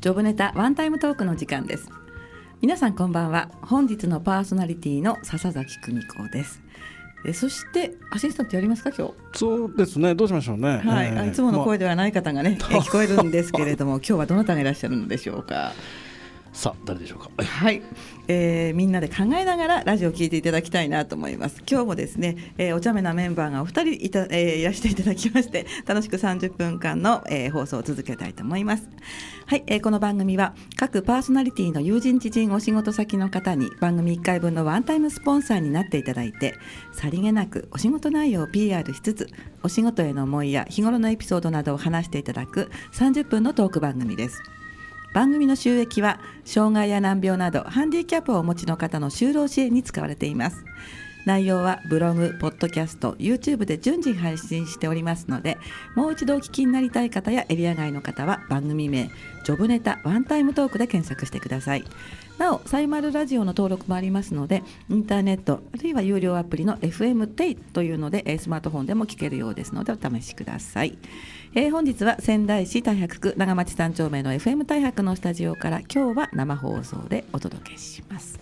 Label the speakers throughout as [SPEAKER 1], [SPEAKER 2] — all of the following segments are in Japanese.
[SPEAKER 1] ジョブネタワンタイムトークの時間です。皆さんこんばんは。本日のパーソナリティの笹崎久美子です。えそしてアシスタントやりますか今日。
[SPEAKER 2] そうですね。どうしましょうね。
[SPEAKER 1] はい、
[SPEAKER 2] え
[SPEAKER 1] あ
[SPEAKER 2] ー
[SPEAKER 1] いつもの声
[SPEAKER 2] ま
[SPEAKER 1] ではない方が ね、え聞こえるんですけれども、今日はどなたがいらっしゃるのでしょうか。
[SPEAKER 2] あさあ誰でしょうか。
[SPEAKER 1] はい、えーみんなで考えながらラジオを聞いていただきたいなと思います。今日もですね、えーお茶目なメンバーがお二人いた、えーいらしていただきまして、楽しく30分間の、えー放送を続けたいと思います。はい、えーこの番組は各パーソナリティの友人知人お仕事先の方に番組1回分のワンタイムスポンサーになっていただいて、さりげなくお仕事内容を PR しつつ、お仕事への思いや日頃のエピソードなどを話していただく30分のトーク番組です。番組の収益は障害や難病などハンディキャップをお持ちの方の就労支援に使われています内容はブログ、ポッドキャスト、YouTube で順次配信しておりますのでもう一度お聞きになりたい方やエリア外の方は番組名「ジョブネタワンタイムトーク」で検索してくださいなおサイマルラジオの登録もありますのでインターネットあるいは有料アプリの FM テイというのでえースマートフォンでも聞けるようですのでお試しくださいえー本日は仙台市太白区長町三丁目の FM 太白のスタジオから今日は生放送でお届けします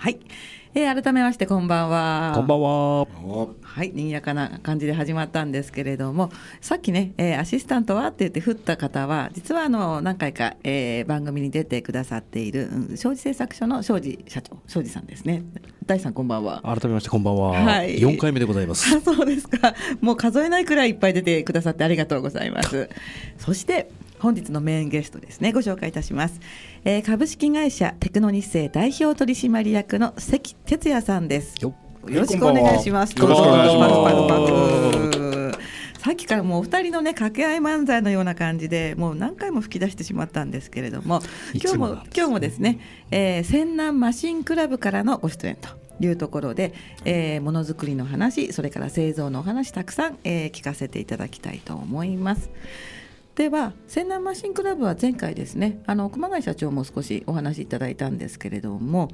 [SPEAKER 1] はい、えー改めましてこんばんは
[SPEAKER 2] こんばんは。
[SPEAKER 1] はい賑やかな感じで始まったんですけれどもさっきね、えーアシスタントはって言って振った方は実はあの何回か、えー番組に出てくださっている、うん、庄司製作所の庄司社長庄司さんですね大さんこんばんは
[SPEAKER 2] 改めましてこんばんは。
[SPEAKER 1] はい
[SPEAKER 2] 4回目でございます。
[SPEAKER 1] あそうですか。もう数えないくらいいっぱい出てくださってありがとうございます。そして本日のメインゲストですねご紹介いたします、えー株式会社テクノ日清代表取締役の関哲也さんです。よ
[SPEAKER 2] よ
[SPEAKER 1] ろしくお願いします。
[SPEAKER 3] よろしくお願いします
[SPEAKER 1] パクパクパクさっきからもうお二人のね掛け合い漫才のような感じでもう何回も吹き出してしまったんですけれども
[SPEAKER 2] い
[SPEAKER 1] 今日
[SPEAKER 2] つも
[SPEAKER 1] も
[SPEAKER 2] なんですね
[SPEAKER 1] 今日もですね、えー、仙南マシンクラブからのご出演というところで、えー、ものづくりの話それから製造のお話たくさん、えー、聞かせていただきたいと思います。では仙南マシンクラブは前回ですねあの熊谷社長も少しお話しいただいたんですけれども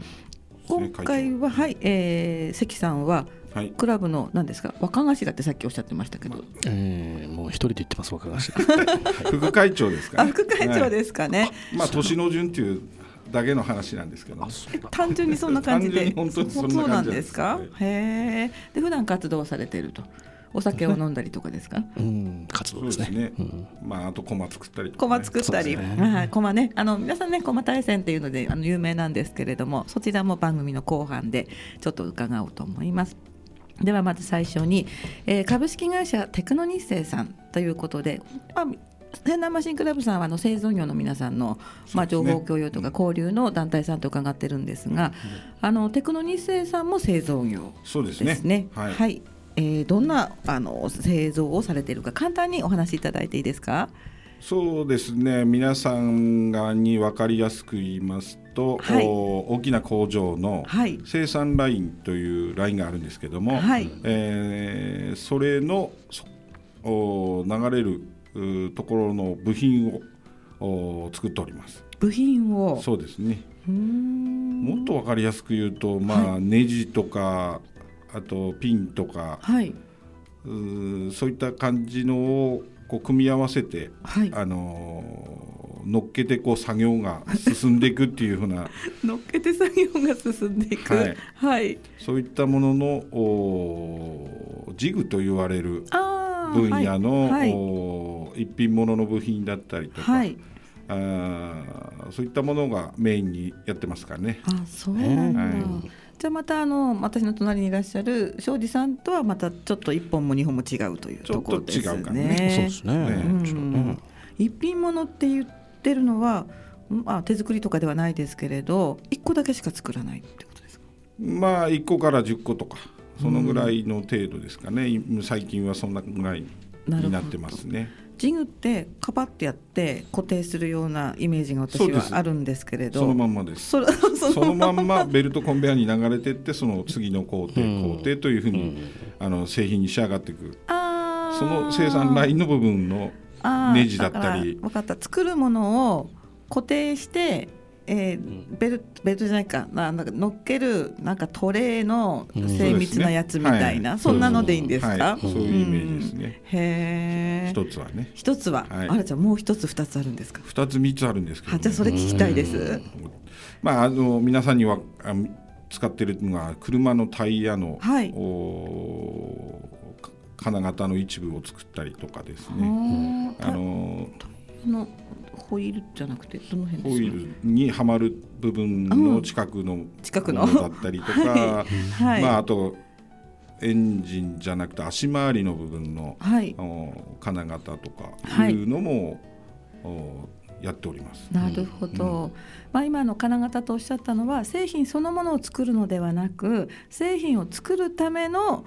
[SPEAKER 3] そうで
[SPEAKER 1] 今
[SPEAKER 3] すね
[SPEAKER 1] 回は、はいえー、関さんは
[SPEAKER 3] はい
[SPEAKER 1] クラブの何ですか若頭ってさっきおっしゃってましたけど、
[SPEAKER 2] えーもう一人で言ってます 若林。
[SPEAKER 3] 副会長ですか、
[SPEAKER 1] あ副会長
[SPEAKER 3] す、
[SPEAKER 1] ですかね、
[SPEAKER 3] まあ年の順っていうだけの話なんですけど、そ
[SPEAKER 1] 単純にそんな感じで
[SPEAKER 3] 単純に
[SPEAKER 1] そう
[SPEAKER 3] 本当に
[SPEAKER 1] そ
[SPEAKER 3] そ
[SPEAKER 1] うんな
[SPEAKER 3] なん感じなん
[SPEAKER 1] で
[SPEAKER 3] ですす
[SPEAKER 1] かへえで普段活動されているとお酒を飲んだりとかですか
[SPEAKER 2] うん活動
[SPEAKER 3] う
[SPEAKER 2] で
[SPEAKER 3] ですす
[SPEAKER 2] ね。
[SPEAKER 3] ね、
[SPEAKER 2] うん
[SPEAKER 3] まああと駒作ったりとかね、
[SPEAKER 1] 駒作ったり、
[SPEAKER 2] そうですね
[SPEAKER 1] はい駒ねあの皆さんね駒大戦っていうのであの有名なんですけれどもそちらも番組の後半でちょっと伺おうと思いますではまず最初に、えー株式会社テクノ日清さんということで、まあ、天南マシンクラブさんはあの製造業の皆さんの、まあ、
[SPEAKER 3] そ
[SPEAKER 1] 情
[SPEAKER 3] うですね
[SPEAKER 1] 報共有とか交流の団体さんと伺ってるんですが、あのテクノ日清さんも製造業
[SPEAKER 3] そうですね
[SPEAKER 1] ですね。は、
[SPEAKER 3] はいい
[SPEAKER 1] えーどんなあの製造をされているか簡単にお話しいただいていいですか。
[SPEAKER 3] そうですね皆さんがに分かりやすく言いますと、
[SPEAKER 1] はい
[SPEAKER 3] お大きな工場の
[SPEAKER 1] はい
[SPEAKER 3] 生産ラインというラインがあるんですけども、
[SPEAKER 1] はい
[SPEAKER 3] えーそれのそお流れるうーところの部品をお作っております。
[SPEAKER 1] 部品を。
[SPEAKER 3] そうですね
[SPEAKER 1] うーん
[SPEAKER 3] もっと分かりやすく言うと、まあ、ネジとかあとピンとか、
[SPEAKER 1] はい。
[SPEAKER 3] うーそういった感じのをこう組み合わせて、
[SPEAKER 1] はい。
[SPEAKER 3] あのー乗っけてこう作業が進んでいくっていうふう な
[SPEAKER 1] 乗っけて作業が進んでいく。は
[SPEAKER 3] はいい。そういったもののおージグと言われる
[SPEAKER 1] ああ。
[SPEAKER 3] 分野の、
[SPEAKER 1] はい。はい
[SPEAKER 3] おー一品物の部品だったりとか、
[SPEAKER 1] はい。
[SPEAKER 3] あーそういったものがメインにやってますからね。
[SPEAKER 1] あ、そうなんだ。
[SPEAKER 3] は
[SPEAKER 1] じゃあまたあの私の隣にいらっしゃる庄司さんとはまたちょっと一本も二本も違うというところですね。
[SPEAKER 3] ちょっと違うか
[SPEAKER 2] そう
[SPEAKER 3] ね
[SPEAKER 2] ですね。
[SPEAKER 3] ね
[SPEAKER 2] ちょっとね
[SPEAKER 1] 一品物って言ってるのは、んあ、手作りとかではないですけれど一個だけしか作らないってことですか
[SPEAKER 3] まあ1個から10個とかそのぐらいの程度ですかね、い最近はそんなぐらい
[SPEAKER 1] なるほど
[SPEAKER 3] になってますね。
[SPEAKER 1] ジグってカパッてやって固定するようなイメージが
[SPEAKER 3] そ
[SPEAKER 1] 私
[SPEAKER 3] うです
[SPEAKER 1] はあるんですけれど
[SPEAKER 3] そのまんまです。
[SPEAKER 1] それその
[SPEAKER 3] そのまんまベルトコンベヤーに流れてってその次の工程工程というふうに、あの製品に仕上がっていく
[SPEAKER 1] ああー
[SPEAKER 3] その生産ラインの部分の
[SPEAKER 1] あー
[SPEAKER 3] ネジだったり
[SPEAKER 1] だから分かった作るものを固定して、えー
[SPEAKER 2] ん
[SPEAKER 1] ベルトベルトじゃないかななんか乗っけるなんかトレーの
[SPEAKER 2] うん
[SPEAKER 1] 精密なやつみたいな、
[SPEAKER 3] はい
[SPEAKER 1] そんなのでいいんですか、
[SPEAKER 3] はい、そういうイメージですね。
[SPEAKER 1] へえ
[SPEAKER 3] 一つはね、
[SPEAKER 1] 一つは、
[SPEAKER 3] はい
[SPEAKER 1] あらちゃんもう一つ二つあるんですか
[SPEAKER 3] 二つ三つあるんですけど、
[SPEAKER 1] あじゃあそれ聞きたいです、
[SPEAKER 2] うん
[SPEAKER 3] まああの皆さんにはあ使ってるのが車のタイヤの、
[SPEAKER 1] はい
[SPEAKER 3] おーか金型の一部を作ったりとかです
[SPEAKER 1] あ
[SPEAKER 3] ね。
[SPEAKER 1] ー
[SPEAKER 3] あの
[SPEAKER 1] このホイールじゃなくてどの辺で
[SPEAKER 3] ホ
[SPEAKER 1] すか
[SPEAKER 3] イールにはまる部分の近くの
[SPEAKER 1] 近くの
[SPEAKER 3] もだったりとか、
[SPEAKER 1] はい、
[SPEAKER 3] まああとエンジンじゃなくて足回りの部分の
[SPEAKER 1] はい
[SPEAKER 3] あの金型とか
[SPEAKER 1] はい
[SPEAKER 3] いうのも、おやっております。
[SPEAKER 1] なるほど、
[SPEAKER 3] う
[SPEAKER 1] まあ、今の金型とおっしゃったのは製品そのものを作るのではなく製品を作るための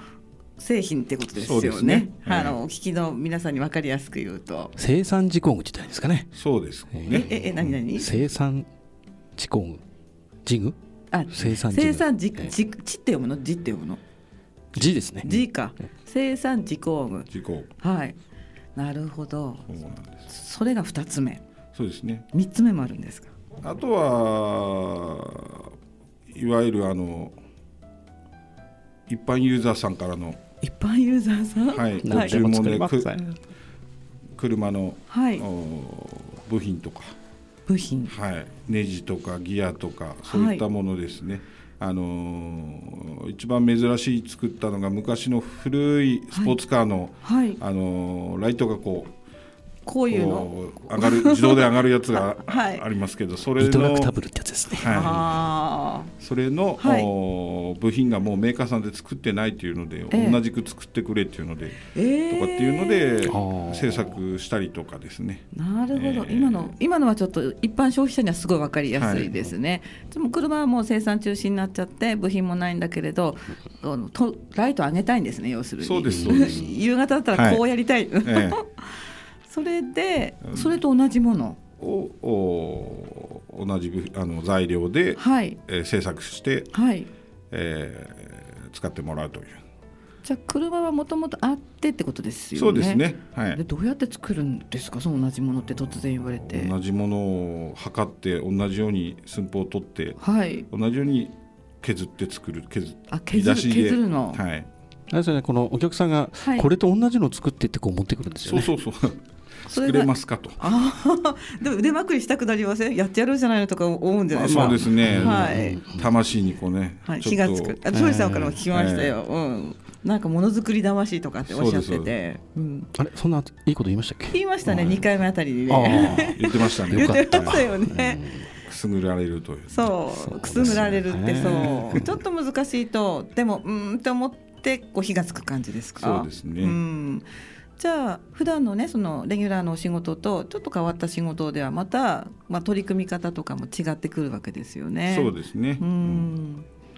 [SPEAKER 1] 製品ってことですよ
[SPEAKER 3] そうで
[SPEAKER 1] ね
[SPEAKER 3] すねはい
[SPEAKER 1] あのお聞きの皆さんに分かりやすく言うと
[SPEAKER 2] 生産事項具自体ですかね。
[SPEAKER 3] そうです
[SPEAKER 1] え
[SPEAKER 3] ね。
[SPEAKER 1] ええ何何
[SPEAKER 2] 生産事項具。ジグ。
[SPEAKER 1] あ
[SPEAKER 2] 生産事
[SPEAKER 1] 生産じ
[SPEAKER 2] ええ
[SPEAKER 1] じちって読むのじって読むの
[SPEAKER 2] 字ですね。
[SPEAKER 1] じか
[SPEAKER 2] ええ
[SPEAKER 1] 生産事項具
[SPEAKER 3] 事故
[SPEAKER 1] はいなるほど
[SPEAKER 3] そうなんです。
[SPEAKER 1] それが2つ目
[SPEAKER 3] そうですね。
[SPEAKER 1] 3つ目もあるんですか
[SPEAKER 3] あとはいわゆるあの一般ユーザーさんからの、
[SPEAKER 1] 一般ユーザーさん
[SPEAKER 3] はい、
[SPEAKER 2] な
[SPEAKER 3] ご
[SPEAKER 2] ん
[SPEAKER 3] 注
[SPEAKER 2] でも
[SPEAKER 3] 文
[SPEAKER 2] 作れ
[SPEAKER 3] で
[SPEAKER 2] ま
[SPEAKER 3] く
[SPEAKER 2] す。
[SPEAKER 3] 車の、
[SPEAKER 1] はい
[SPEAKER 3] お部品とか、
[SPEAKER 1] 部品
[SPEAKER 3] はい、ネジとかギアとかそういったものですね。あのー一番珍しい作ったのが昔の古いスポーツカーの、
[SPEAKER 1] はい
[SPEAKER 3] あのーライトがこう
[SPEAKER 1] こういうの
[SPEAKER 3] こう上がる自動で上がるやつが
[SPEAKER 1] はい
[SPEAKER 3] ありますけど、それ
[SPEAKER 2] リ
[SPEAKER 3] の
[SPEAKER 2] トラクタブルってやつですね。
[SPEAKER 3] は
[SPEAKER 1] ああ
[SPEAKER 3] い、それの、
[SPEAKER 1] はい
[SPEAKER 3] おー部品がもうメーカーさんで作ってないというので、
[SPEAKER 1] ええ
[SPEAKER 3] 同じく作ってくれっていうので、
[SPEAKER 1] えー
[SPEAKER 3] とかっていうので
[SPEAKER 2] あー
[SPEAKER 3] 制作したりとかです ね。
[SPEAKER 1] なるほど、
[SPEAKER 3] えー
[SPEAKER 1] 今の今のはちょっと一般消費者にはすごい分かりやすいですね、でも車はもう生産中止になっちゃって部品もないんだけれどあのとライト上げたいんですね要するに
[SPEAKER 3] そうですそうで す
[SPEAKER 1] 夕方だったらこうやりたい、
[SPEAKER 3] え
[SPEAKER 1] それで
[SPEAKER 3] うん
[SPEAKER 1] それと同じもの、
[SPEAKER 3] え、をおー同じ部あの材料で、
[SPEAKER 1] はい
[SPEAKER 3] えー制作して、
[SPEAKER 1] はい
[SPEAKER 3] えー使ってもらうという。
[SPEAKER 1] じゃあ車はもともとあってってことですよね
[SPEAKER 3] そうですね。は
[SPEAKER 1] で
[SPEAKER 3] い。
[SPEAKER 1] どうやって作るんですかその同じものって突然言われて
[SPEAKER 3] 同じものを測って同じように寸法を取って
[SPEAKER 1] はい
[SPEAKER 3] 同じように削って作る削って
[SPEAKER 1] あ削る
[SPEAKER 3] 見出しで
[SPEAKER 1] 削るの、
[SPEAKER 2] あ
[SPEAKER 3] はい、
[SPEAKER 2] れですよね、このお客さんが
[SPEAKER 1] はい
[SPEAKER 2] これと同じのを作ってってこう持ってくるんですよ
[SPEAKER 3] そう
[SPEAKER 2] ね。
[SPEAKER 3] そうそう
[SPEAKER 1] それ
[SPEAKER 3] 作
[SPEAKER 1] が
[SPEAKER 3] れますかと
[SPEAKER 1] あー でも腕まくりしたくなりませんやってやるんじゃないのとか思うんじゃないですか
[SPEAKER 3] そうですね、
[SPEAKER 1] はい
[SPEAKER 3] 魂にこうね、
[SPEAKER 1] はい、火
[SPEAKER 3] ちょ
[SPEAKER 1] が
[SPEAKER 3] っと
[SPEAKER 1] つくあ庄司さんからも聞きましたよ、うん、なんかものづくり魂とかっておっしゃって
[SPEAKER 3] そう
[SPEAKER 1] て、うん、
[SPEAKER 2] あれ、そんないいこと言いましたっけ。
[SPEAKER 1] 言いましたね、
[SPEAKER 2] はい
[SPEAKER 1] 2回目あたりに
[SPEAKER 2] あ
[SPEAKER 1] ね
[SPEAKER 2] ー
[SPEAKER 3] 言ってましたね
[SPEAKER 1] 言
[SPEAKER 2] よ
[SPEAKER 1] っ
[SPEAKER 2] か
[SPEAKER 1] て
[SPEAKER 2] た
[SPEAKER 1] ましたよ
[SPEAKER 2] う
[SPEAKER 1] ね
[SPEAKER 2] ん
[SPEAKER 3] くすぐられるという
[SPEAKER 1] そう
[SPEAKER 2] そう
[SPEAKER 1] くすぐられるって
[SPEAKER 2] です
[SPEAKER 1] そう、
[SPEAKER 2] ね
[SPEAKER 1] ちょっと難しいとでもうーんって思ってこう火がつく感じですか
[SPEAKER 3] そうですね
[SPEAKER 1] んじゃあ普段のねそのレギュラーのお仕事とちょっと変わった仕事ではまた、まあ、取り組み方とかも違ってくるわけですよね。
[SPEAKER 3] そうですね、
[SPEAKER 1] う
[SPEAKER 3] うん
[SPEAKER 1] ん
[SPEAKER 3] や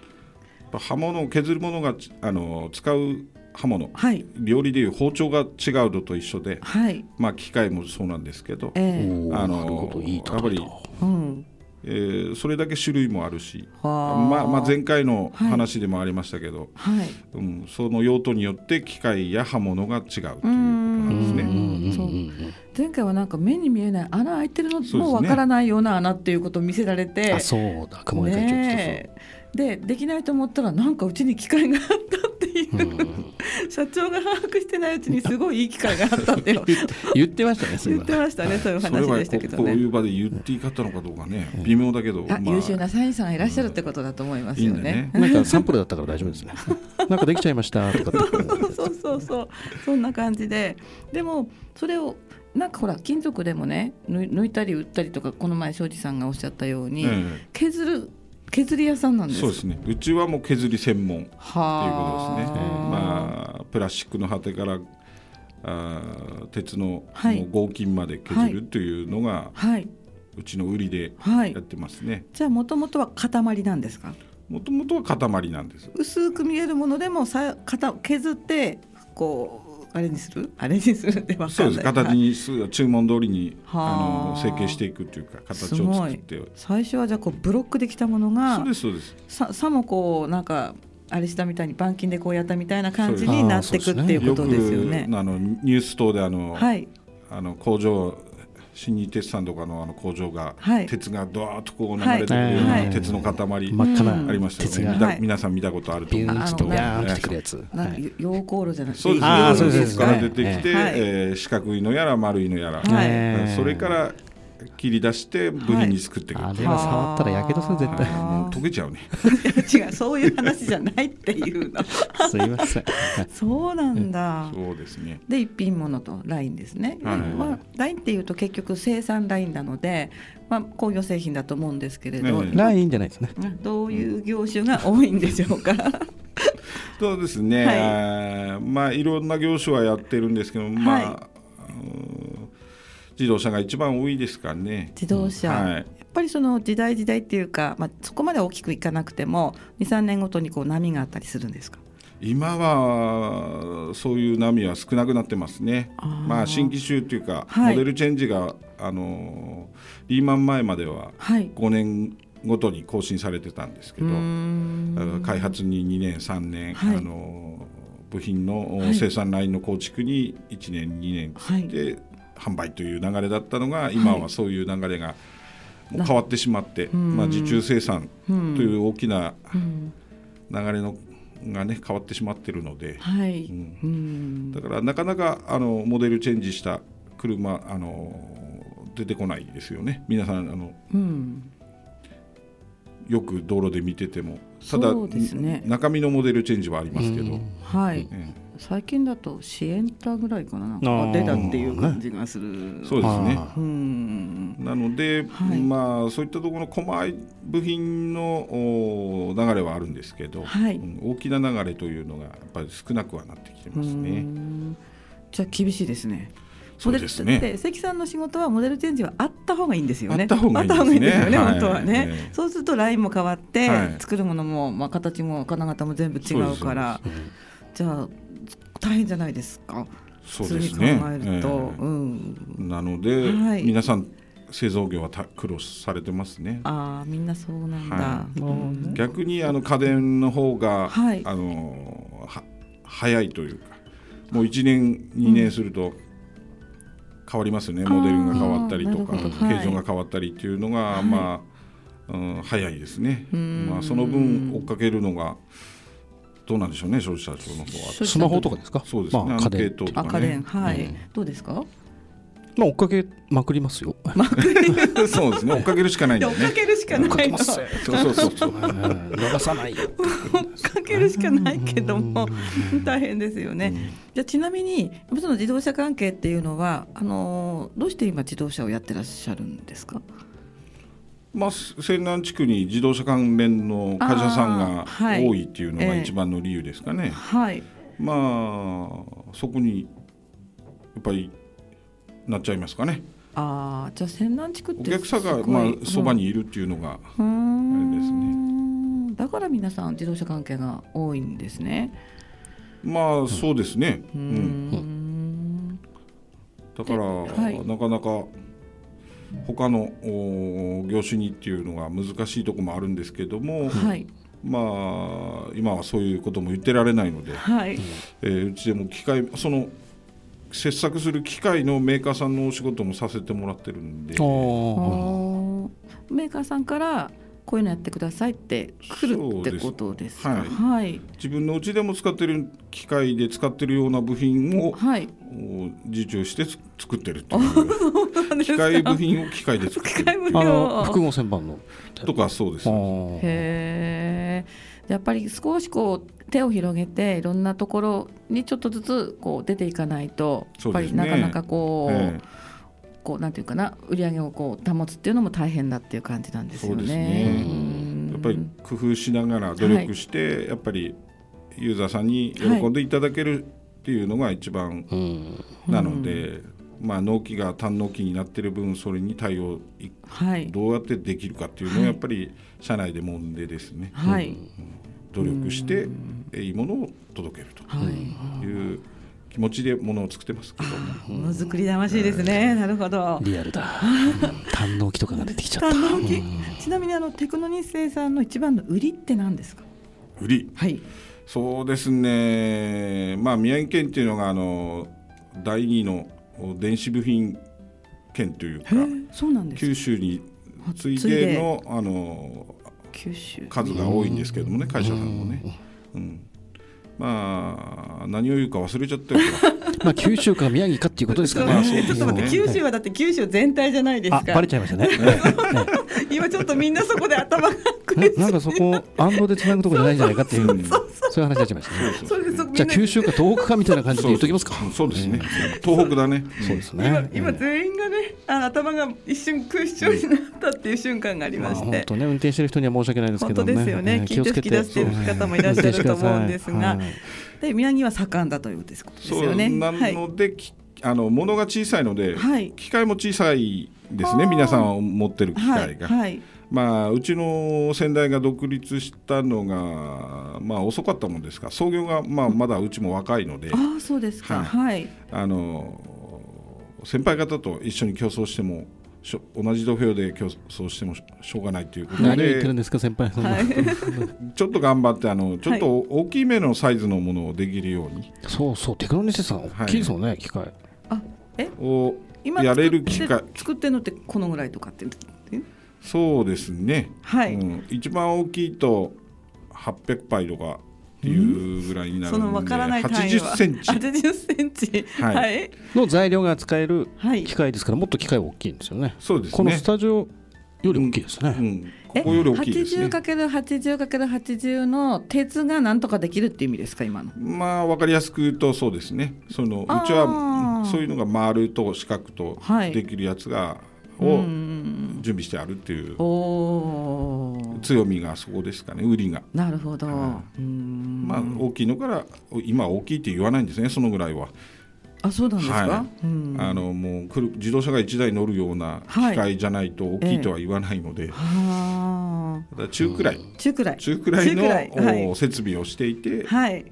[SPEAKER 3] っぱ刃物を削るものがちあの使う刃物
[SPEAKER 1] はい
[SPEAKER 3] 料理でいう包丁が違うのと一緒で
[SPEAKER 1] はい
[SPEAKER 3] まあ機械もそうなんですけど、
[SPEAKER 1] ええ
[SPEAKER 2] おー
[SPEAKER 3] あの
[SPEAKER 2] なるほどいいとこ
[SPEAKER 3] やっ
[SPEAKER 2] だ。
[SPEAKER 1] うん
[SPEAKER 3] えーそれだけ種類もあるし
[SPEAKER 1] は
[SPEAKER 3] まあまあ、前
[SPEAKER 1] 回
[SPEAKER 3] 回の話でもありましたけど、
[SPEAKER 1] はい
[SPEAKER 3] うん、その用途によって機械や刃物が違うということな
[SPEAKER 2] うん
[SPEAKER 3] んです
[SPEAKER 1] う
[SPEAKER 3] ね。
[SPEAKER 2] うん
[SPEAKER 1] そううん
[SPEAKER 2] うん
[SPEAKER 1] 前回はなんか目に見えない穴開いてるの
[SPEAKER 3] ですね
[SPEAKER 1] もわからないような穴っていうことを見せられて
[SPEAKER 2] あ、そうだ、熊谷会長
[SPEAKER 1] ねえでできないと思ったらなんかうちに機会があったっていう、
[SPEAKER 2] ちょっとそううん。
[SPEAKER 1] 社長が把握してないうちにすごいいい機会があったって いう
[SPEAKER 2] 言ってましたね、そ
[SPEAKER 1] 言
[SPEAKER 2] れは
[SPEAKER 1] ってましたねそういう
[SPEAKER 3] それ
[SPEAKER 1] 話
[SPEAKER 3] は
[SPEAKER 1] でしたけど
[SPEAKER 3] ここうい
[SPEAKER 1] ね。
[SPEAKER 3] う場で言っていいかったのかどうかね微妙だけど、
[SPEAKER 1] あ、
[SPEAKER 3] まあ
[SPEAKER 1] 優秀な社員さんがいらっしゃるってことだと思いますよ
[SPEAKER 3] いいんだ
[SPEAKER 1] ね
[SPEAKER 3] ね。
[SPEAKER 2] なんかサンプルだったから大丈 夫ですね。なんかできちゃいましたとかって。
[SPEAKER 1] そうそうそうそうそんな感じででもそれをなんかほら金属でもねぬ抜いたり打ったりとかこの前庄司さんがおっしゃったように、
[SPEAKER 3] え
[SPEAKER 1] 削る削り屋さんなん
[SPEAKER 3] え
[SPEAKER 1] です
[SPEAKER 3] そうですねうちはもう削り専門というこ
[SPEAKER 1] は
[SPEAKER 3] とですね
[SPEAKER 1] あ、
[SPEAKER 3] まあ、プラスチックの果てからあー鉄の
[SPEAKER 1] はい
[SPEAKER 3] もう合金まで削るというのが
[SPEAKER 1] あ、はいう
[SPEAKER 3] ちの売りで
[SPEAKER 1] は
[SPEAKER 3] や
[SPEAKER 1] い
[SPEAKER 3] ってますね
[SPEAKER 1] じゃあもともとは塊なんですか
[SPEAKER 3] もともとは塊なんです
[SPEAKER 1] 薄く見えるものでもさ型削ってこうあれにするあれにするってわか
[SPEAKER 3] そ
[SPEAKER 1] ん
[SPEAKER 3] う
[SPEAKER 1] ない
[SPEAKER 3] です形
[SPEAKER 1] はい
[SPEAKER 3] にす注文通りに
[SPEAKER 1] はあ
[SPEAKER 3] あの成形していくというか形を作って
[SPEAKER 1] 最初はじゃあこうブロックできたもの
[SPEAKER 3] そう
[SPEAKER 1] が
[SPEAKER 3] ですそうです
[SPEAKER 1] ささもこうなんかあれしたみたいに板金でこうやったみたいな感じになっていくっていうことですよね。
[SPEAKER 3] よくあのニュース等であの、
[SPEAKER 1] はい
[SPEAKER 3] あの工場新日鉄さんとかのあの工場が、
[SPEAKER 1] はい
[SPEAKER 3] 鉄がドワーッとこう流れてくるよう
[SPEAKER 1] はい
[SPEAKER 3] な鉄の塊、
[SPEAKER 2] 真っ赤
[SPEAKER 1] うん
[SPEAKER 2] な
[SPEAKER 3] ありましたよ
[SPEAKER 2] 鉄
[SPEAKER 3] ね、
[SPEAKER 2] が
[SPEAKER 3] みな
[SPEAKER 1] はい
[SPEAKER 3] 皆さん見たことあると
[SPEAKER 2] ビュ
[SPEAKER 3] 思う
[SPEAKER 2] ーンと
[SPEAKER 1] あの
[SPEAKER 2] ビャーンと来てくるやつ。
[SPEAKER 1] な
[SPEAKER 2] はい
[SPEAKER 1] 溶鉱炉じゃなくて
[SPEAKER 3] そうですね
[SPEAKER 2] あーそうです
[SPEAKER 3] そこから出てきて、
[SPEAKER 1] はい
[SPEAKER 3] えー四角いのやら丸いのやら、
[SPEAKER 1] はい
[SPEAKER 2] ねえ
[SPEAKER 3] それから切り出して部品に作っていく
[SPEAKER 2] あ
[SPEAKER 3] って
[SPEAKER 2] れ
[SPEAKER 3] いう、は
[SPEAKER 2] は触ったらやけどする絶
[SPEAKER 3] い
[SPEAKER 2] 対。
[SPEAKER 3] もう溶けちゃうね
[SPEAKER 1] 違うそう いう話じゃないっていうの
[SPEAKER 2] すいません。はい
[SPEAKER 1] そうなんだ
[SPEAKER 3] そうですね
[SPEAKER 1] で一品物とラインですね、
[SPEAKER 3] はい
[SPEAKER 1] まあ、ラインっていうと結局生産ラインなので、まあ、工業製品だと思うんですけれど、
[SPEAKER 3] ええ
[SPEAKER 2] ラインじゃないですね。
[SPEAKER 1] どういう業種が多いんでしょうか
[SPEAKER 3] そうですね、
[SPEAKER 1] はい
[SPEAKER 3] あーまあいろんな業種はやってるんですけどまあ、うーん自動車が一番多いですかね
[SPEAKER 1] 自動車、
[SPEAKER 3] はい
[SPEAKER 1] やっぱりその時代時代っていうか、まあ、そこまで大きくいかなくても23年ごとにこう波があったりするんですか
[SPEAKER 3] 今はそういう波は少なくなってますね
[SPEAKER 1] あー
[SPEAKER 3] まあ新規集というか、
[SPEAKER 1] はい
[SPEAKER 3] モデルチェンジがあのーリーマン前までは
[SPEAKER 1] はい
[SPEAKER 3] 5年ごとに更新されてたんですけど、
[SPEAKER 1] うーん
[SPEAKER 3] あの開発に2年3年、
[SPEAKER 1] はい
[SPEAKER 3] あの部品の
[SPEAKER 1] はい
[SPEAKER 3] 生産ラインの構築に1年2年つって販売という流れだったのが、今はそういう流れがもう変わってしまって、
[SPEAKER 1] ん
[SPEAKER 3] まあ、受注生産と
[SPEAKER 1] うん
[SPEAKER 3] いう大きな
[SPEAKER 1] うん
[SPEAKER 3] 流れのが、ね、変わってしまってるので、
[SPEAKER 1] はい、う
[SPEAKER 3] うん
[SPEAKER 1] ん
[SPEAKER 3] だからなかなかあのモデルチェンジした車あの出てこないですよね皆さんあの
[SPEAKER 1] うん、
[SPEAKER 3] よく道路で見ててもただ、
[SPEAKER 1] そうですね
[SPEAKER 3] 中身のモデルチェンジはありますけど。
[SPEAKER 1] はい、
[SPEAKER 3] ええ
[SPEAKER 1] 最近だとシエンタぐらいかななん
[SPEAKER 2] あ
[SPEAKER 1] か
[SPEAKER 2] ー
[SPEAKER 1] 出たっていう感じがする。
[SPEAKER 3] そうですね。
[SPEAKER 2] あ
[SPEAKER 1] うーん
[SPEAKER 3] なので、
[SPEAKER 1] はい
[SPEAKER 3] まあそういったところの細い部品のお流れはあるんですけど、
[SPEAKER 1] はい
[SPEAKER 3] うん大きな流れというのがやっぱり少なくはなってきて
[SPEAKER 1] うー
[SPEAKER 3] ますね。
[SPEAKER 1] んじゃあ厳しいですね。
[SPEAKER 3] そうです
[SPEAKER 1] モデル
[SPEAKER 3] ね。
[SPEAKER 1] で関さんの仕事はモデルチェンジはあった方がいいんですよね。
[SPEAKER 3] あった方がいいですね
[SPEAKER 1] あった方よね、本
[SPEAKER 3] はい
[SPEAKER 1] 当はね、
[SPEAKER 3] ええ
[SPEAKER 1] そうするとラインも変わって、
[SPEAKER 3] はい
[SPEAKER 1] 作るものもまあ形も金型も全部違うから、
[SPEAKER 3] そう
[SPEAKER 1] じゃあ大変じゃないですか。
[SPEAKER 3] そうです
[SPEAKER 1] 普通
[SPEAKER 3] ね。
[SPEAKER 1] に考えると、
[SPEAKER 3] え
[SPEAKER 1] うん。
[SPEAKER 3] えなので、
[SPEAKER 1] はい
[SPEAKER 3] 皆さん製造業はた苦労されてますね。
[SPEAKER 1] ああみんなそうなんだ。
[SPEAKER 3] は
[SPEAKER 1] うん
[SPEAKER 3] 逆にあの家電の方が、
[SPEAKER 1] はい
[SPEAKER 3] あのは早いというか、もう1年2年すると変わりますね、
[SPEAKER 1] あー
[SPEAKER 3] モデルが変わったりとか、
[SPEAKER 1] なるほどはい
[SPEAKER 3] 形状が変わったりっていうのが、
[SPEAKER 1] はい
[SPEAKER 3] まあ、うん、早いですね。
[SPEAKER 1] うん
[SPEAKER 3] まあその分追っかけるのがどうなんでしょうね、消費者庁の方は。
[SPEAKER 1] そ
[SPEAKER 2] ー
[SPEAKER 1] う
[SPEAKER 2] スマホとかですか。
[SPEAKER 3] そうですね、
[SPEAKER 2] まあ
[SPEAKER 3] ア
[SPEAKER 2] 家
[SPEAKER 3] ンケー
[SPEAKER 2] 電。
[SPEAKER 3] トとか
[SPEAKER 1] あ
[SPEAKER 3] ね。
[SPEAKER 1] 家電はい、
[SPEAKER 2] うん
[SPEAKER 1] どうですか？
[SPEAKER 2] まあ追っかけまくりますよ。
[SPEAKER 3] そうですね、追っかけるしかないん
[SPEAKER 1] いや
[SPEAKER 3] だよ
[SPEAKER 1] 追っか
[SPEAKER 3] ね。
[SPEAKER 1] けるしかないの。
[SPEAKER 2] ますよ
[SPEAKER 3] そうそうそうそう。
[SPEAKER 2] うん逃さないよ。
[SPEAKER 1] かけるしかないけども大変ですよね。じゃあちなみにその自動車関係っていうのはあのーどうして今自動車をやってらっしゃるんですか。
[SPEAKER 3] まあ、す西南地区に自動車関連の会社さん
[SPEAKER 1] あー
[SPEAKER 3] が
[SPEAKER 1] はい
[SPEAKER 3] 多いっていうのが一番の理由ですかね。
[SPEAKER 1] はい。
[SPEAKER 3] まあそこにやっぱりなっちゃいますかね。
[SPEAKER 1] ああじゃあ仙南地区っ
[SPEAKER 3] お
[SPEAKER 1] て
[SPEAKER 3] 客さん
[SPEAKER 1] す
[SPEAKER 3] が
[SPEAKER 1] ごい
[SPEAKER 3] まあそば、にいるっていうのが、
[SPEAKER 1] うん、
[SPEAKER 3] あれです
[SPEAKER 1] ね。だから皆さん自動車関係が多いんですね。
[SPEAKER 3] まあそうですね。う
[SPEAKER 1] うー
[SPEAKER 3] ん、
[SPEAKER 1] ん。
[SPEAKER 3] だから、
[SPEAKER 1] はい
[SPEAKER 3] なかなか他のお業種にっていうのが難しいとこもあるんですけども、
[SPEAKER 1] はい
[SPEAKER 3] まあ今はそういうことも言ってられないので、
[SPEAKER 1] はい。
[SPEAKER 3] えーうちでも機械その切削する機械のメーカーさんのお仕事もさせてもらってるんで。
[SPEAKER 2] おー
[SPEAKER 1] おーメーカーさんからこういうのやってくださいって来るってことですか。
[SPEAKER 3] そうです
[SPEAKER 1] はい
[SPEAKER 3] 自分のうちでも使ってる機械で使ってるような部品を
[SPEAKER 1] はい。
[SPEAKER 3] お受注してつ作ってるという機
[SPEAKER 1] 機
[SPEAKER 3] 械部品を機械で作って
[SPEAKER 1] 機
[SPEAKER 3] る
[SPEAKER 1] 械無
[SPEAKER 2] あの複
[SPEAKER 1] 料。
[SPEAKER 2] 合旋盤の。
[SPEAKER 3] とかそうですね
[SPEAKER 2] おー
[SPEAKER 1] へえ。やっぱり少しこう手を広げていろんなところにちょっとずつこう出ていかないと、や
[SPEAKER 3] そ
[SPEAKER 1] っ
[SPEAKER 3] う
[SPEAKER 1] ぱ
[SPEAKER 3] で
[SPEAKER 1] り
[SPEAKER 3] すね
[SPEAKER 1] なかなかこう、
[SPEAKER 3] え
[SPEAKER 1] こうなんていうかな売り上げをこう保つっていうのも大変だっていう感じなんですよ
[SPEAKER 3] そうです
[SPEAKER 1] ね
[SPEAKER 3] ね。
[SPEAKER 1] うん
[SPEAKER 3] えやっぱり工夫しながら努力して、やっぱりユーザーさんに喜んでいただけるっていうのが一番
[SPEAKER 2] うん。
[SPEAKER 3] なので、まあ納期が単納期になってる分それに対応い
[SPEAKER 1] はい
[SPEAKER 3] どうやってできるかっていうのをやっぱり社内でもんでですね
[SPEAKER 1] はい
[SPEAKER 3] 努力してえいいものを届けると
[SPEAKER 1] はい。
[SPEAKER 3] いう気持ちでものを作ってますけども。
[SPEAKER 1] ものづくり魂ですね。なるほど。
[SPEAKER 2] リアルだ。単能機とかが出てきちゃった。
[SPEAKER 1] 感動的ちなみにあのテクノニス生さんの一番の売りって何ですか。
[SPEAKER 3] 売り、
[SPEAKER 1] はい。
[SPEAKER 3] そうですね、まあ、宮城県っていうのがあの第二の電子部品県というか
[SPEAKER 1] へえ、そうなんです
[SPEAKER 3] 九
[SPEAKER 1] か。
[SPEAKER 3] 州に次い
[SPEAKER 1] 次いで
[SPEAKER 3] でのあの
[SPEAKER 1] 九州。
[SPEAKER 3] 数が多いんですけれどもね会社さんもね、うん、まあ何を言うか忘れちゃったよ
[SPEAKER 2] まあ九州か宮城かっていうことです
[SPEAKER 1] そ
[SPEAKER 2] か
[SPEAKER 1] う
[SPEAKER 2] ね。
[SPEAKER 3] まあそうで
[SPEAKER 1] ちょっ
[SPEAKER 3] す
[SPEAKER 1] と
[SPEAKER 3] ね
[SPEAKER 1] 待って、九州はだって九州全体じゃないです
[SPEAKER 2] あ、バ
[SPEAKER 1] か
[SPEAKER 2] レ。ちゃいましたね。
[SPEAKER 1] 今ちょっとみんなそこで頭が苦
[SPEAKER 2] な
[SPEAKER 1] しい。
[SPEAKER 2] なんかそこ、アンドでつなぐとこじゃないんじゃないかっていう、そういう話になっちゃいました ね。
[SPEAKER 1] それそこみん
[SPEAKER 2] じゃ
[SPEAKER 1] な
[SPEAKER 2] あ、九州か東北かみたいな感じで言っときますか。
[SPEAKER 3] そうですね東北だね
[SPEAKER 2] そうです
[SPEAKER 1] 今
[SPEAKER 2] ね。
[SPEAKER 1] 今全員がねあ頭が一瞬空調になったっていう瞬間がありま
[SPEAKER 2] まあ
[SPEAKER 1] し
[SPEAKER 2] 本
[SPEAKER 1] て。
[SPEAKER 2] 当ね、運転してる人には申し訳ないですけ
[SPEAKER 1] 本
[SPEAKER 2] ど
[SPEAKER 1] 当
[SPEAKER 2] ね。
[SPEAKER 1] ですよね、
[SPEAKER 2] えー
[SPEAKER 1] 聞いて吹き出してる方もいらっしゃると思うんですが、
[SPEAKER 2] はい
[SPEAKER 1] で宮城は盛んだということですです
[SPEAKER 3] そう
[SPEAKER 1] よね。
[SPEAKER 3] な
[SPEAKER 1] はい
[SPEAKER 3] ので、きあの物が小さいので、
[SPEAKER 1] はい
[SPEAKER 3] 機械も小さいです
[SPEAKER 1] はあ
[SPEAKER 3] ね皆さん持ってる機
[SPEAKER 1] は
[SPEAKER 3] 械
[SPEAKER 1] い
[SPEAKER 3] が、
[SPEAKER 1] はい
[SPEAKER 3] まあうちの先代が独立したのがまあ遅かったもんですから創業がまあまだうちも若いので、
[SPEAKER 1] ああそうですかはい
[SPEAKER 3] あの先輩方と一緒に競争してもしょ同じ土俵で競争してもししょうがないということ
[SPEAKER 2] 何を言ってるん
[SPEAKER 3] で
[SPEAKER 2] ですか、先輩。そんな
[SPEAKER 1] はい
[SPEAKER 3] ちょっと頑張ってあのちょっと大きめのサイズのものをできるように
[SPEAKER 2] そうそう、テクノネシスさん、大きいですもんね、機械。
[SPEAKER 1] あえ
[SPEAKER 3] を
[SPEAKER 1] 今
[SPEAKER 3] やれる機
[SPEAKER 1] 作っ
[SPEAKER 3] 会
[SPEAKER 1] て作ってるのってこのぐらいとかってえ
[SPEAKER 3] そうですね、
[SPEAKER 1] はい
[SPEAKER 3] うん、一番大きいと800杯とかっていうぐらいになる
[SPEAKER 1] そ
[SPEAKER 3] んで、
[SPEAKER 1] のわからない単位は
[SPEAKER 3] 80センチ
[SPEAKER 1] 八十センチ
[SPEAKER 3] はい
[SPEAKER 1] はい
[SPEAKER 2] の材料が使える
[SPEAKER 1] はい
[SPEAKER 2] 機械ですから、もっと機械は大きいんですよね。
[SPEAKER 3] そうですね
[SPEAKER 2] このスタジオより大きいですね。
[SPEAKER 3] うん、ここより大きいですね
[SPEAKER 1] 八十 ×80×80 の鉄がなんとかできるっていう意味ですか今の。
[SPEAKER 3] まあ分かりやすく言うとそうですねそのう
[SPEAKER 1] あー
[SPEAKER 3] ちはうんそういうのが丸と四角と
[SPEAKER 1] はい
[SPEAKER 3] できるやつが、
[SPEAKER 1] う
[SPEAKER 3] を
[SPEAKER 1] ん
[SPEAKER 3] 準備してあるっていう
[SPEAKER 1] おお。
[SPEAKER 3] 強みがそこですかね売りが、
[SPEAKER 1] なるほど。
[SPEAKER 3] は
[SPEAKER 1] うん
[SPEAKER 3] まあ、大きいのから今は大きいって言わないんですねそのぐらいは、
[SPEAKER 1] あそうなんですか。
[SPEAKER 3] は
[SPEAKER 1] うん
[SPEAKER 3] あのもう来る自動車が1台乗るような機
[SPEAKER 1] はい
[SPEAKER 3] 械じゃないと大きいとは言わないので、
[SPEAKER 1] は
[SPEAKER 3] だから中くらい、
[SPEAKER 1] あ。中くらい。
[SPEAKER 3] 中くらい
[SPEAKER 1] 中
[SPEAKER 3] の
[SPEAKER 1] くらいはい
[SPEAKER 3] お設備をしていて、
[SPEAKER 1] はい。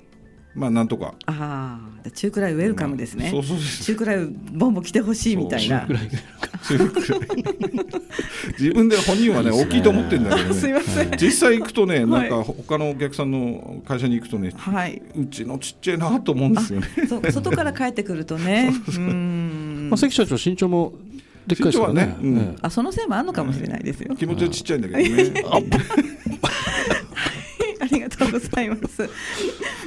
[SPEAKER 3] まあなんとか
[SPEAKER 1] ああ、じゃあ中くらいウェルカムですね。
[SPEAKER 3] そうそうです
[SPEAKER 1] 中くらいボンボン来てほしいみたいな。
[SPEAKER 3] 中くらい自分で本人はね大きいと思ってるんだけ ど
[SPEAKER 1] すい
[SPEAKER 3] ね
[SPEAKER 1] ません。
[SPEAKER 3] 実際行くとね
[SPEAKER 1] は
[SPEAKER 3] ないんか他のお客さんの会社に行くとね
[SPEAKER 1] はい。
[SPEAKER 3] うちのちっちゃいなと思うんですよね
[SPEAKER 1] そう外から帰ってくると ね。うん
[SPEAKER 2] まあ、。関社長、身長もでっかいですからね。
[SPEAKER 3] 身長はねうん
[SPEAKER 2] ええ
[SPEAKER 1] あそのせいもあるのかもしれないですよ。
[SPEAKER 3] 気持ちはちっちゃいんだけどね
[SPEAKER 1] ありがとうございます。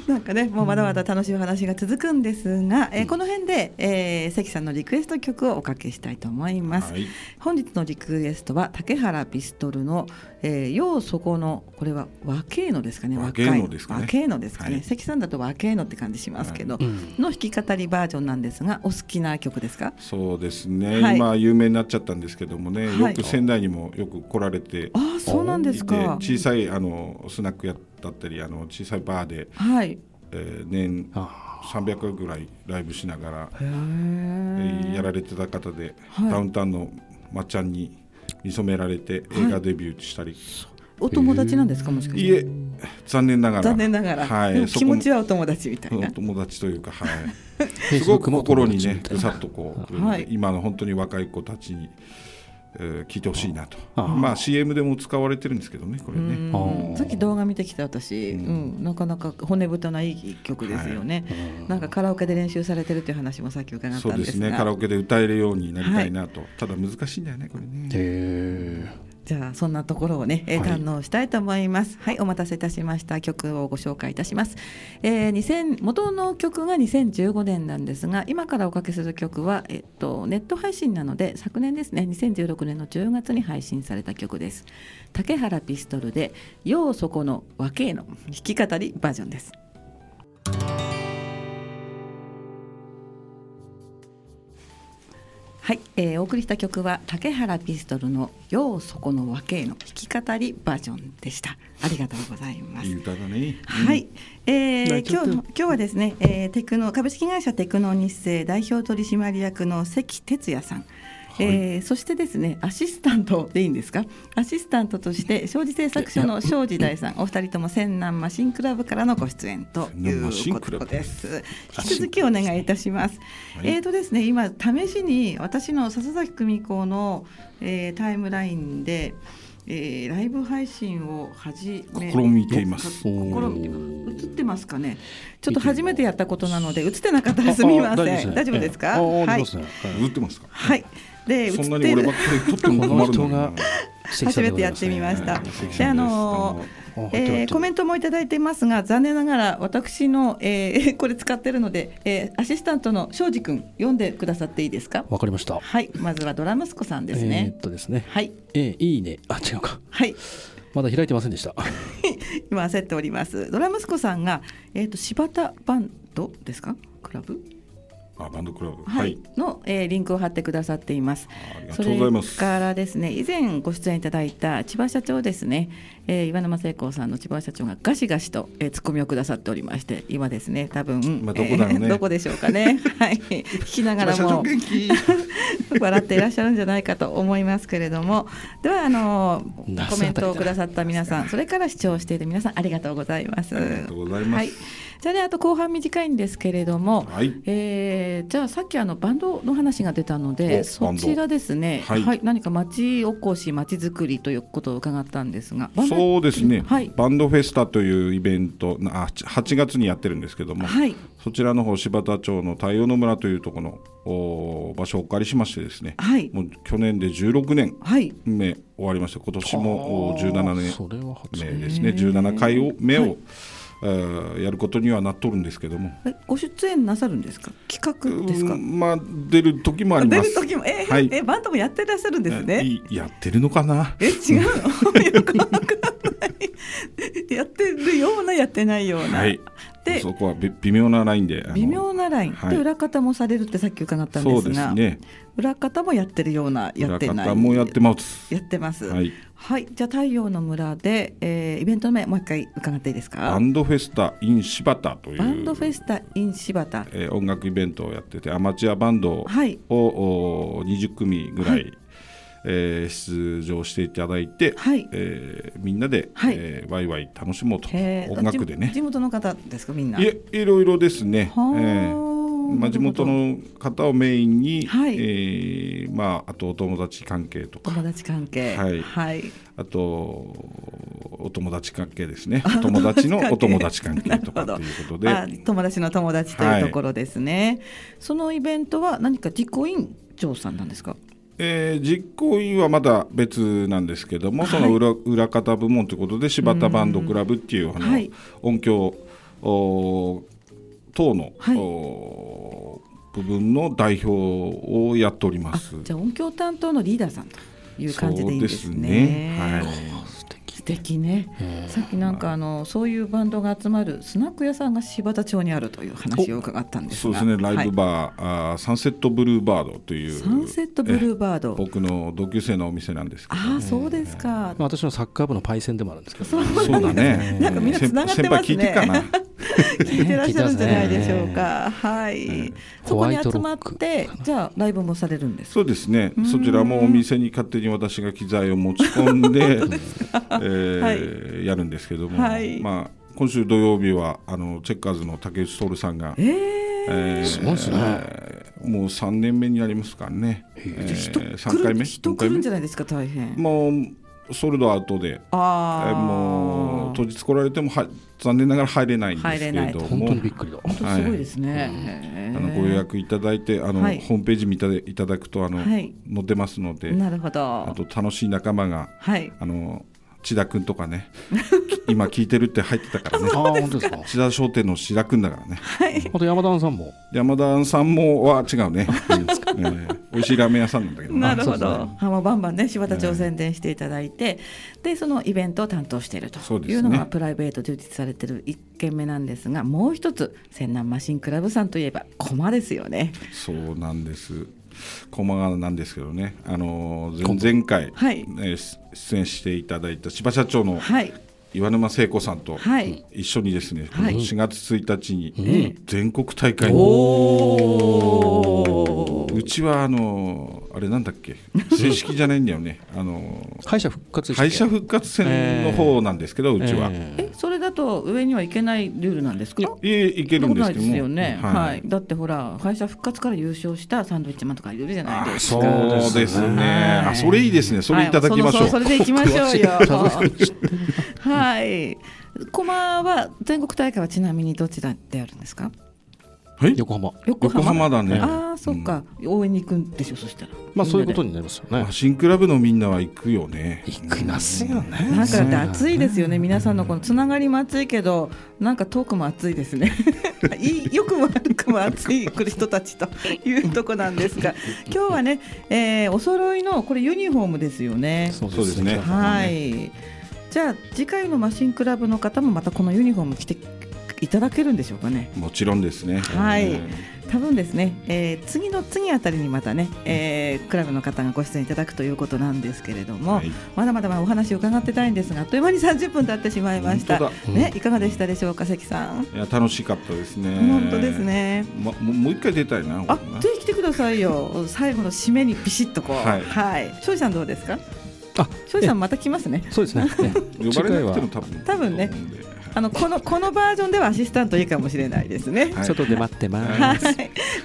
[SPEAKER 1] なんかね、もうまだまだ楽しいお話が続くんですが、えーこの辺で、えー関さんのリクエスト曲をおかけしたいと思います。
[SPEAKER 3] はい
[SPEAKER 1] 本日のリクエストは竹原ピストルの、えー、ようそこのこれは和系のですかね
[SPEAKER 3] 和
[SPEAKER 1] 若
[SPEAKER 3] 系
[SPEAKER 1] い
[SPEAKER 3] のですかね
[SPEAKER 1] 和系のですかね、
[SPEAKER 3] はい
[SPEAKER 1] 関さんだと和系のって感じしますけど、
[SPEAKER 2] いうん
[SPEAKER 1] の弾き語りバージョンなんですがお好きな曲ですか
[SPEAKER 3] そうですね、
[SPEAKER 1] はい
[SPEAKER 3] 今有名になっちゃったんですけどもね、
[SPEAKER 1] はい
[SPEAKER 3] よく仙台にもよく来られて
[SPEAKER 1] ああそうなんですか
[SPEAKER 3] いて小さいあのスナックやだったりあの小さいバーで、
[SPEAKER 1] はい
[SPEAKER 3] えー年
[SPEAKER 2] あ
[SPEAKER 3] 300回ぐらいライブしながら、
[SPEAKER 1] へ
[SPEAKER 3] えーや
[SPEAKER 1] え
[SPEAKER 3] られてた方で、
[SPEAKER 1] はい
[SPEAKER 3] ダウンタウンのまっちゃんに見初められて
[SPEAKER 1] はい
[SPEAKER 3] 映画デビューしたり、
[SPEAKER 1] お友達なんですかもしかし
[SPEAKER 3] い、
[SPEAKER 1] て
[SPEAKER 3] え残念ながら
[SPEAKER 1] 残念ながら、
[SPEAKER 3] はい
[SPEAKER 1] でも
[SPEAKER 3] そ
[SPEAKER 1] 気
[SPEAKER 3] こも
[SPEAKER 1] 持ちはお友達みたい
[SPEAKER 3] お
[SPEAKER 1] な
[SPEAKER 3] 友達という か、はい、
[SPEAKER 2] あ
[SPEAKER 3] すごく
[SPEAKER 2] Facebook も
[SPEAKER 3] 心
[SPEAKER 2] 友
[SPEAKER 3] に
[SPEAKER 2] 達み
[SPEAKER 3] ね
[SPEAKER 2] たい
[SPEAKER 3] ぐ
[SPEAKER 2] な
[SPEAKER 3] さっとこう、
[SPEAKER 1] はい
[SPEAKER 3] 今の本当に若い子たちに、えー聞いてほしいなと
[SPEAKER 2] あ
[SPEAKER 3] まあ CM でも使われてるんですけどねこれね。
[SPEAKER 1] うん
[SPEAKER 2] あー
[SPEAKER 1] さっき動画見てきた私、う
[SPEAKER 3] うん
[SPEAKER 1] なかなか骨太ないい曲ですよね、
[SPEAKER 2] うん
[SPEAKER 1] なんかカラオケで練習されてるという話もさっき伺った
[SPEAKER 3] そうんで
[SPEAKER 1] ですすが
[SPEAKER 3] ねカラオケで歌えるようになりたいなと、ただ難しいんだよねこれね
[SPEAKER 2] へ
[SPEAKER 1] じゃあそんなところをね、えー
[SPEAKER 2] はい
[SPEAKER 1] 堪能したいと思いますはい、お待たせいたしました曲をご紹介いたします、えー、2000元の曲が2015年なんですが今からおかけする曲は、えっと、ネット配信なので昨年ですね2016年の10月に配信された曲です竹原ピストルで「ようそこの和系の弾き語りバージョン」ですはい、えーお送りした曲は竹原ピストルの「ようそこの和系の弾き語りバージョンでしたありがとうございます
[SPEAKER 3] いい歌だね
[SPEAKER 1] はい、えー
[SPEAKER 2] 泣いち
[SPEAKER 1] 今
[SPEAKER 2] ゃった
[SPEAKER 1] 日の今日はですね、えーテクノ株式会社テクノ日清代表取締役の関哲也さん、えーそしてですねアシスタントでいいんですかアシスタントとして庄司製作所の庄司大さんお二人とも千南マシンクラブからのご出演とい
[SPEAKER 3] 千南マシ
[SPEAKER 1] う
[SPEAKER 3] ン
[SPEAKER 1] こ
[SPEAKER 3] クラ
[SPEAKER 1] と
[SPEAKER 3] ブ
[SPEAKER 1] です引き続きお願いいたします、
[SPEAKER 3] はい
[SPEAKER 1] えーとですね今試しに私の笹崎久美子の、えータイムラインでええー、ライブ配信を始め
[SPEAKER 3] 試みています
[SPEAKER 1] 試みて
[SPEAKER 2] お
[SPEAKER 1] 映ってますかねちょっと初めてやったことなので映ってなかったらすみません大丈夫ですか、
[SPEAKER 2] は
[SPEAKER 1] はいい
[SPEAKER 2] ますね。
[SPEAKER 3] 映ってますか
[SPEAKER 1] はいで映っ
[SPEAKER 3] そんなに
[SPEAKER 1] て
[SPEAKER 3] 俺
[SPEAKER 1] る
[SPEAKER 3] ばっかり撮っても困る
[SPEAKER 2] この人
[SPEAKER 3] の
[SPEAKER 2] が
[SPEAKER 3] が
[SPEAKER 1] 初めてやってみました
[SPEAKER 3] 関さんでございますね
[SPEAKER 1] であのー
[SPEAKER 2] あ入ってる入って
[SPEAKER 1] えー
[SPEAKER 2] る
[SPEAKER 1] コメントもいただいてますが残念ながら私の、えーこれ使ってるので、えーアシスタントの庄司君読んでくださっていいですか
[SPEAKER 2] わかりました。
[SPEAKER 1] はいまずはドラ息子さんです
[SPEAKER 2] えー
[SPEAKER 1] ね
[SPEAKER 2] っ、とですね。
[SPEAKER 1] はい
[SPEAKER 2] えーいいね。あ、違うか。
[SPEAKER 1] はい
[SPEAKER 2] まだ開いてませんでした。
[SPEAKER 1] 今焦っておりますドラ息子さんが、えー、と柴田バンドですかクラブ
[SPEAKER 3] あバンドクラブ
[SPEAKER 1] は
[SPEAKER 3] はいい、
[SPEAKER 1] の、えーリンクを貼ってくださっています。
[SPEAKER 3] ありがとうございます
[SPEAKER 1] それからですね、以前ご出演いただいた千葉社長ですね、えー岩沼聖子さんの千葉社長がガシガシと、えー、ツッコミをくださっておりまして、今ですね、多分、
[SPEAKER 3] まあどこだろうね
[SPEAKER 1] えー どこでしょうか ね。はい、聞きながら
[SPEAKER 3] 社長
[SPEAKER 1] も
[SPEAKER 3] 元気
[SPEAKER 1] 笑っていらっしゃるんじゃないかと思いますけれども、ではあの
[SPEAKER 2] 情けない
[SPEAKER 1] コメントをくださった皆さん、それから視聴している皆さんありがとうございます。
[SPEAKER 3] ありがとうございます
[SPEAKER 1] はい、じゃあねあと後半短いんですけれども、
[SPEAKER 3] はい
[SPEAKER 1] えーじゃあさっきあのバンドの話が出たので
[SPEAKER 3] お
[SPEAKER 1] そちらですねは
[SPEAKER 3] バ
[SPEAKER 1] い、
[SPEAKER 3] ンドはい
[SPEAKER 1] 何か町おこし町づくりということを伺ったんですがバンド
[SPEAKER 3] そうですね、
[SPEAKER 1] はい
[SPEAKER 3] バンドフェスタというイベントなあ8月にやってるんですけども、
[SPEAKER 1] はい
[SPEAKER 3] そちらの方柴田町の太陽の村というところのお場所をお借りしましてですね、
[SPEAKER 1] はい
[SPEAKER 3] もう去年で16年
[SPEAKER 1] はい
[SPEAKER 3] 目終わりまして今年もお17年
[SPEAKER 2] それは初め
[SPEAKER 3] 目
[SPEAKER 2] て。
[SPEAKER 3] ですね17回を目を、えーやることにはなっとるんですけども
[SPEAKER 1] えご出演なさるんですか企画ですか
[SPEAKER 3] うんまあ出る時もあり
[SPEAKER 1] 出
[SPEAKER 3] ま
[SPEAKER 1] る
[SPEAKER 3] す
[SPEAKER 1] 時もえー
[SPEAKER 3] はい
[SPEAKER 1] えバンドもやってらっしゃるんですね
[SPEAKER 3] えいやってるのかな
[SPEAKER 1] え違うの よくわかんないやってるようなやってないような、
[SPEAKER 3] はい
[SPEAKER 1] で
[SPEAKER 3] そこはび微妙なラインであの
[SPEAKER 1] 微妙なライン、
[SPEAKER 3] はい
[SPEAKER 1] で裏方もされるってさっき伺ったんで
[SPEAKER 3] そう
[SPEAKER 1] す
[SPEAKER 3] で
[SPEAKER 1] が
[SPEAKER 3] すね
[SPEAKER 1] 裏方もやってるようなやっ
[SPEAKER 3] 裏
[SPEAKER 1] てない
[SPEAKER 3] 方もやってます
[SPEAKER 1] やってます。は、
[SPEAKER 3] はいい
[SPEAKER 1] じゃあ太陽の村で、えーイベントの名もう一回伺っていいですか。
[SPEAKER 3] バンドフェスタ in 柴田という
[SPEAKER 1] バンドフェスタ in 柴田。
[SPEAKER 3] えー音楽イベントをやっててアマチュアバンドを、
[SPEAKER 1] はい
[SPEAKER 3] おー20組ぐらい、
[SPEAKER 1] はい
[SPEAKER 3] えー出場していただいて、
[SPEAKER 1] はい
[SPEAKER 3] えーみんなで、
[SPEAKER 1] はい
[SPEAKER 3] えーワイワイ楽しもうと
[SPEAKER 1] へー
[SPEAKER 3] 音楽で
[SPEAKER 1] 地
[SPEAKER 3] ね
[SPEAKER 1] 地元の方ですかみんな。
[SPEAKER 3] いえいろいろですね、え
[SPEAKER 1] はー
[SPEAKER 3] ーま
[SPEAKER 1] なるほど
[SPEAKER 3] あ、地元の方をメインに、
[SPEAKER 1] はい
[SPEAKER 3] えーまあ、あとお友達関係とか
[SPEAKER 1] 友達関係。
[SPEAKER 3] はい
[SPEAKER 1] はい。
[SPEAKER 3] あとお友達関係ですね
[SPEAKER 1] あ
[SPEAKER 3] お友達の お友達
[SPEAKER 1] 関
[SPEAKER 3] 関
[SPEAKER 1] 係
[SPEAKER 3] 係とか
[SPEAKER 1] なるほど
[SPEAKER 3] ということで
[SPEAKER 1] あ友達の友達というところですね。そのイベントは何か実行委員長さんなんですか。
[SPEAKER 3] えー実行委員はまだ別なんですけども、
[SPEAKER 1] はい
[SPEAKER 3] その裏裏方部門ということで柴田バンドクラブっていうあの、
[SPEAKER 1] はい
[SPEAKER 3] 音響お等の、
[SPEAKER 1] はい
[SPEAKER 3] お部分の代表をやっておりま
[SPEAKER 1] あ
[SPEAKER 3] す。
[SPEAKER 1] じゃあ音響担当のリーダーさんという感じでいいんです
[SPEAKER 3] そう
[SPEAKER 1] ね。
[SPEAKER 3] はい
[SPEAKER 2] 素敵。
[SPEAKER 1] 素敵ね
[SPEAKER 2] へー
[SPEAKER 1] さっきなんかあのそういうバンドが集まるスナック屋さんが柴田町にあるという話を伺ったんです
[SPEAKER 3] そう
[SPEAKER 1] が
[SPEAKER 3] ですねライブ
[SPEAKER 1] は
[SPEAKER 3] バー、あーサンセットブルーバードとい
[SPEAKER 1] いうサンセットブルーバー
[SPEAKER 3] え
[SPEAKER 1] ド
[SPEAKER 3] 僕の同級生のお店なんですけど
[SPEAKER 1] ああそうですか、
[SPEAKER 2] まあ私のサッカー部のパイセンでもあるんですけど。
[SPEAKER 1] そう
[SPEAKER 3] そうだね
[SPEAKER 1] なんかみんな
[SPEAKER 3] 先
[SPEAKER 1] 繋がってますね
[SPEAKER 3] 先輩聞いてっかな
[SPEAKER 1] 聞いてらっしゃるんじゃないでしょうか、はい、
[SPEAKER 3] うん
[SPEAKER 1] そこに
[SPEAKER 2] ホワイト
[SPEAKER 1] 集
[SPEAKER 2] ロ
[SPEAKER 1] ま
[SPEAKER 2] ッ
[SPEAKER 1] っ
[SPEAKER 2] ク
[SPEAKER 1] てじゃあライブもされるんですか
[SPEAKER 3] そうですね
[SPEAKER 1] うん
[SPEAKER 3] そちらもお店に勝手に私が機材を持ち込ん でえーやるんですけども、
[SPEAKER 1] はい
[SPEAKER 3] まあ、今週土曜日はあのチェッカーズの竹内徹さんが、
[SPEAKER 1] ええ
[SPEAKER 3] えー
[SPEAKER 2] すごいですね
[SPEAKER 3] えーもう3年目になりますからね、えー、3回目
[SPEAKER 1] 人
[SPEAKER 3] 4
[SPEAKER 1] 来
[SPEAKER 3] 回
[SPEAKER 1] るん
[SPEAKER 3] 目
[SPEAKER 1] じゃないですか大変、
[SPEAKER 3] もうソールドアウトで、え
[SPEAKER 1] あ
[SPEAKER 3] ー
[SPEAKER 1] あ
[SPEAKER 3] もう当日来られてもは残念ながら入れないんですけれど
[SPEAKER 1] 入れない
[SPEAKER 3] も
[SPEAKER 2] 本当にびっくりだ。
[SPEAKER 1] 本当すごいですね、へー
[SPEAKER 3] あのご予約いただいてあの、
[SPEAKER 1] はい
[SPEAKER 3] ホームページ見ていただくとあの、
[SPEAKER 1] はい
[SPEAKER 3] 載ってますので
[SPEAKER 1] なるほど
[SPEAKER 3] あと楽しい仲間が
[SPEAKER 1] はい
[SPEAKER 3] あの千田君とかね き今聞いてるって入ってたからね
[SPEAKER 2] ああー、本当ですか。
[SPEAKER 3] 千田商店の千田君だからね
[SPEAKER 2] あと山田さんも。
[SPEAKER 3] 山田さんもは違うね、えー美味しいラーメン屋さんなんだけど
[SPEAKER 1] なるほ
[SPEAKER 2] あ
[SPEAKER 1] ど、
[SPEAKER 2] そうです
[SPEAKER 1] あもうバンバンね柴田町を宣伝していただいて、でそのイベントを担当していると
[SPEAKER 3] そうです
[SPEAKER 1] い
[SPEAKER 3] ね
[SPEAKER 1] うのがプライベート充実されてる一軒目なんですがもう一つ泉南マシンクラブさんといえば駒ですよね。
[SPEAKER 3] そうなんです駒がなんですけどねあの前前回、
[SPEAKER 1] はい
[SPEAKER 3] えーし出演していただいた千葉社長の
[SPEAKER 1] はい
[SPEAKER 3] 岩沼聖子さんと
[SPEAKER 1] はい
[SPEAKER 3] 一緒にですね、
[SPEAKER 1] はい
[SPEAKER 3] この4月1日に
[SPEAKER 1] え
[SPEAKER 3] 全国大会に、
[SPEAKER 1] おお
[SPEAKER 3] うちはあのあれなんだっ け正式じゃないんだよねあの
[SPEAKER 2] 敗者復活でしたっけ
[SPEAKER 3] 敗者復活戦の方なんですけど、うちは、
[SPEAKER 2] え
[SPEAKER 1] えそれだと上には行けないルールなんですか
[SPEAKER 3] いえいけるんですけど
[SPEAKER 1] そうなんで
[SPEAKER 3] も
[SPEAKER 1] すよね、
[SPEAKER 3] は
[SPEAKER 1] はいいだってほら敗者復活から優勝したサンドイッチマンとかいるじゃない
[SPEAKER 3] あ
[SPEAKER 1] ですか
[SPEAKER 3] そうですね、
[SPEAKER 1] はい
[SPEAKER 3] あそれいいですねそれいただきましょう、
[SPEAKER 1] はい、そのそそれでいきましょうよ
[SPEAKER 2] 詳しい
[SPEAKER 1] はい駒は全国大会はちなみにどちらであるんですか
[SPEAKER 3] はい
[SPEAKER 2] 横浜
[SPEAKER 1] 横
[SPEAKER 3] 横浜だね
[SPEAKER 1] ああそっか、応援に行くんでしょそしたら
[SPEAKER 2] まあそういうこと
[SPEAKER 1] に
[SPEAKER 2] になりますよ
[SPEAKER 3] うん
[SPEAKER 2] ね
[SPEAKER 3] マシンクラブのみんなは行くよね
[SPEAKER 2] 行きますよね
[SPEAKER 1] なんかだって熱いですよね皆さんのこのつながりも熱いけどなんかトークも熱いですね いい良くも悪くも熱い人たちというとこなんですが今日はね、えーお揃いのこれユニフォームですよね
[SPEAKER 2] そう
[SPEAKER 3] そうですね
[SPEAKER 1] はいじゃあ次回のマシンクラブの方もまたこのユニフォーム着ていただけるんでしょうかね
[SPEAKER 3] もちろんですね
[SPEAKER 1] はい
[SPEAKER 3] うん
[SPEAKER 1] 多分ですね、えー次の次あたりにまたね、えークラブの方がご出演いただくということなんですけれども、
[SPEAKER 3] はい
[SPEAKER 1] まだまだまだお話を伺ってたいんですがあっという間に30分経ってしまいました
[SPEAKER 3] 本
[SPEAKER 2] 当だ
[SPEAKER 1] ね、いかがでしたでしょうか関さん、
[SPEAKER 3] いや楽しかったですね
[SPEAKER 1] 本当ですね
[SPEAKER 3] まもうもう一回出たいな
[SPEAKER 1] あ
[SPEAKER 3] 俺もな
[SPEAKER 1] ぜひ来てくださいよ最後の締めにビシッとこう
[SPEAKER 3] は
[SPEAKER 1] はいい、庄司さんどうですか
[SPEAKER 2] あ
[SPEAKER 1] 庄司さんまた来ますね
[SPEAKER 2] そうで すね
[SPEAKER 3] 呼ばれなくても多分
[SPEAKER 1] 多分ね
[SPEAKER 3] と思うんで
[SPEAKER 1] あのこのこのバージョンではアシスタントいいかもしれないですね
[SPEAKER 3] はい
[SPEAKER 2] 外で待ってます
[SPEAKER 1] はい、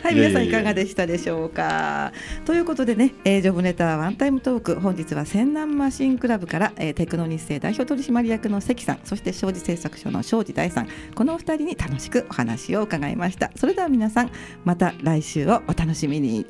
[SPEAKER 1] はい、皆さん
[SPEAKER 3] いえいえいえ
[SPEAKER 1] いかがでしたでしょうか。ということでね、えージョブネタワンタイムトーク、本日は泉南マシンクラブから、えーテクノ日清代表取締役の関さん、そして庄司製作所の庄司大さん、このお二人に楽しくお話を伺いました。それでは皆さん、また来週をお楽しみに。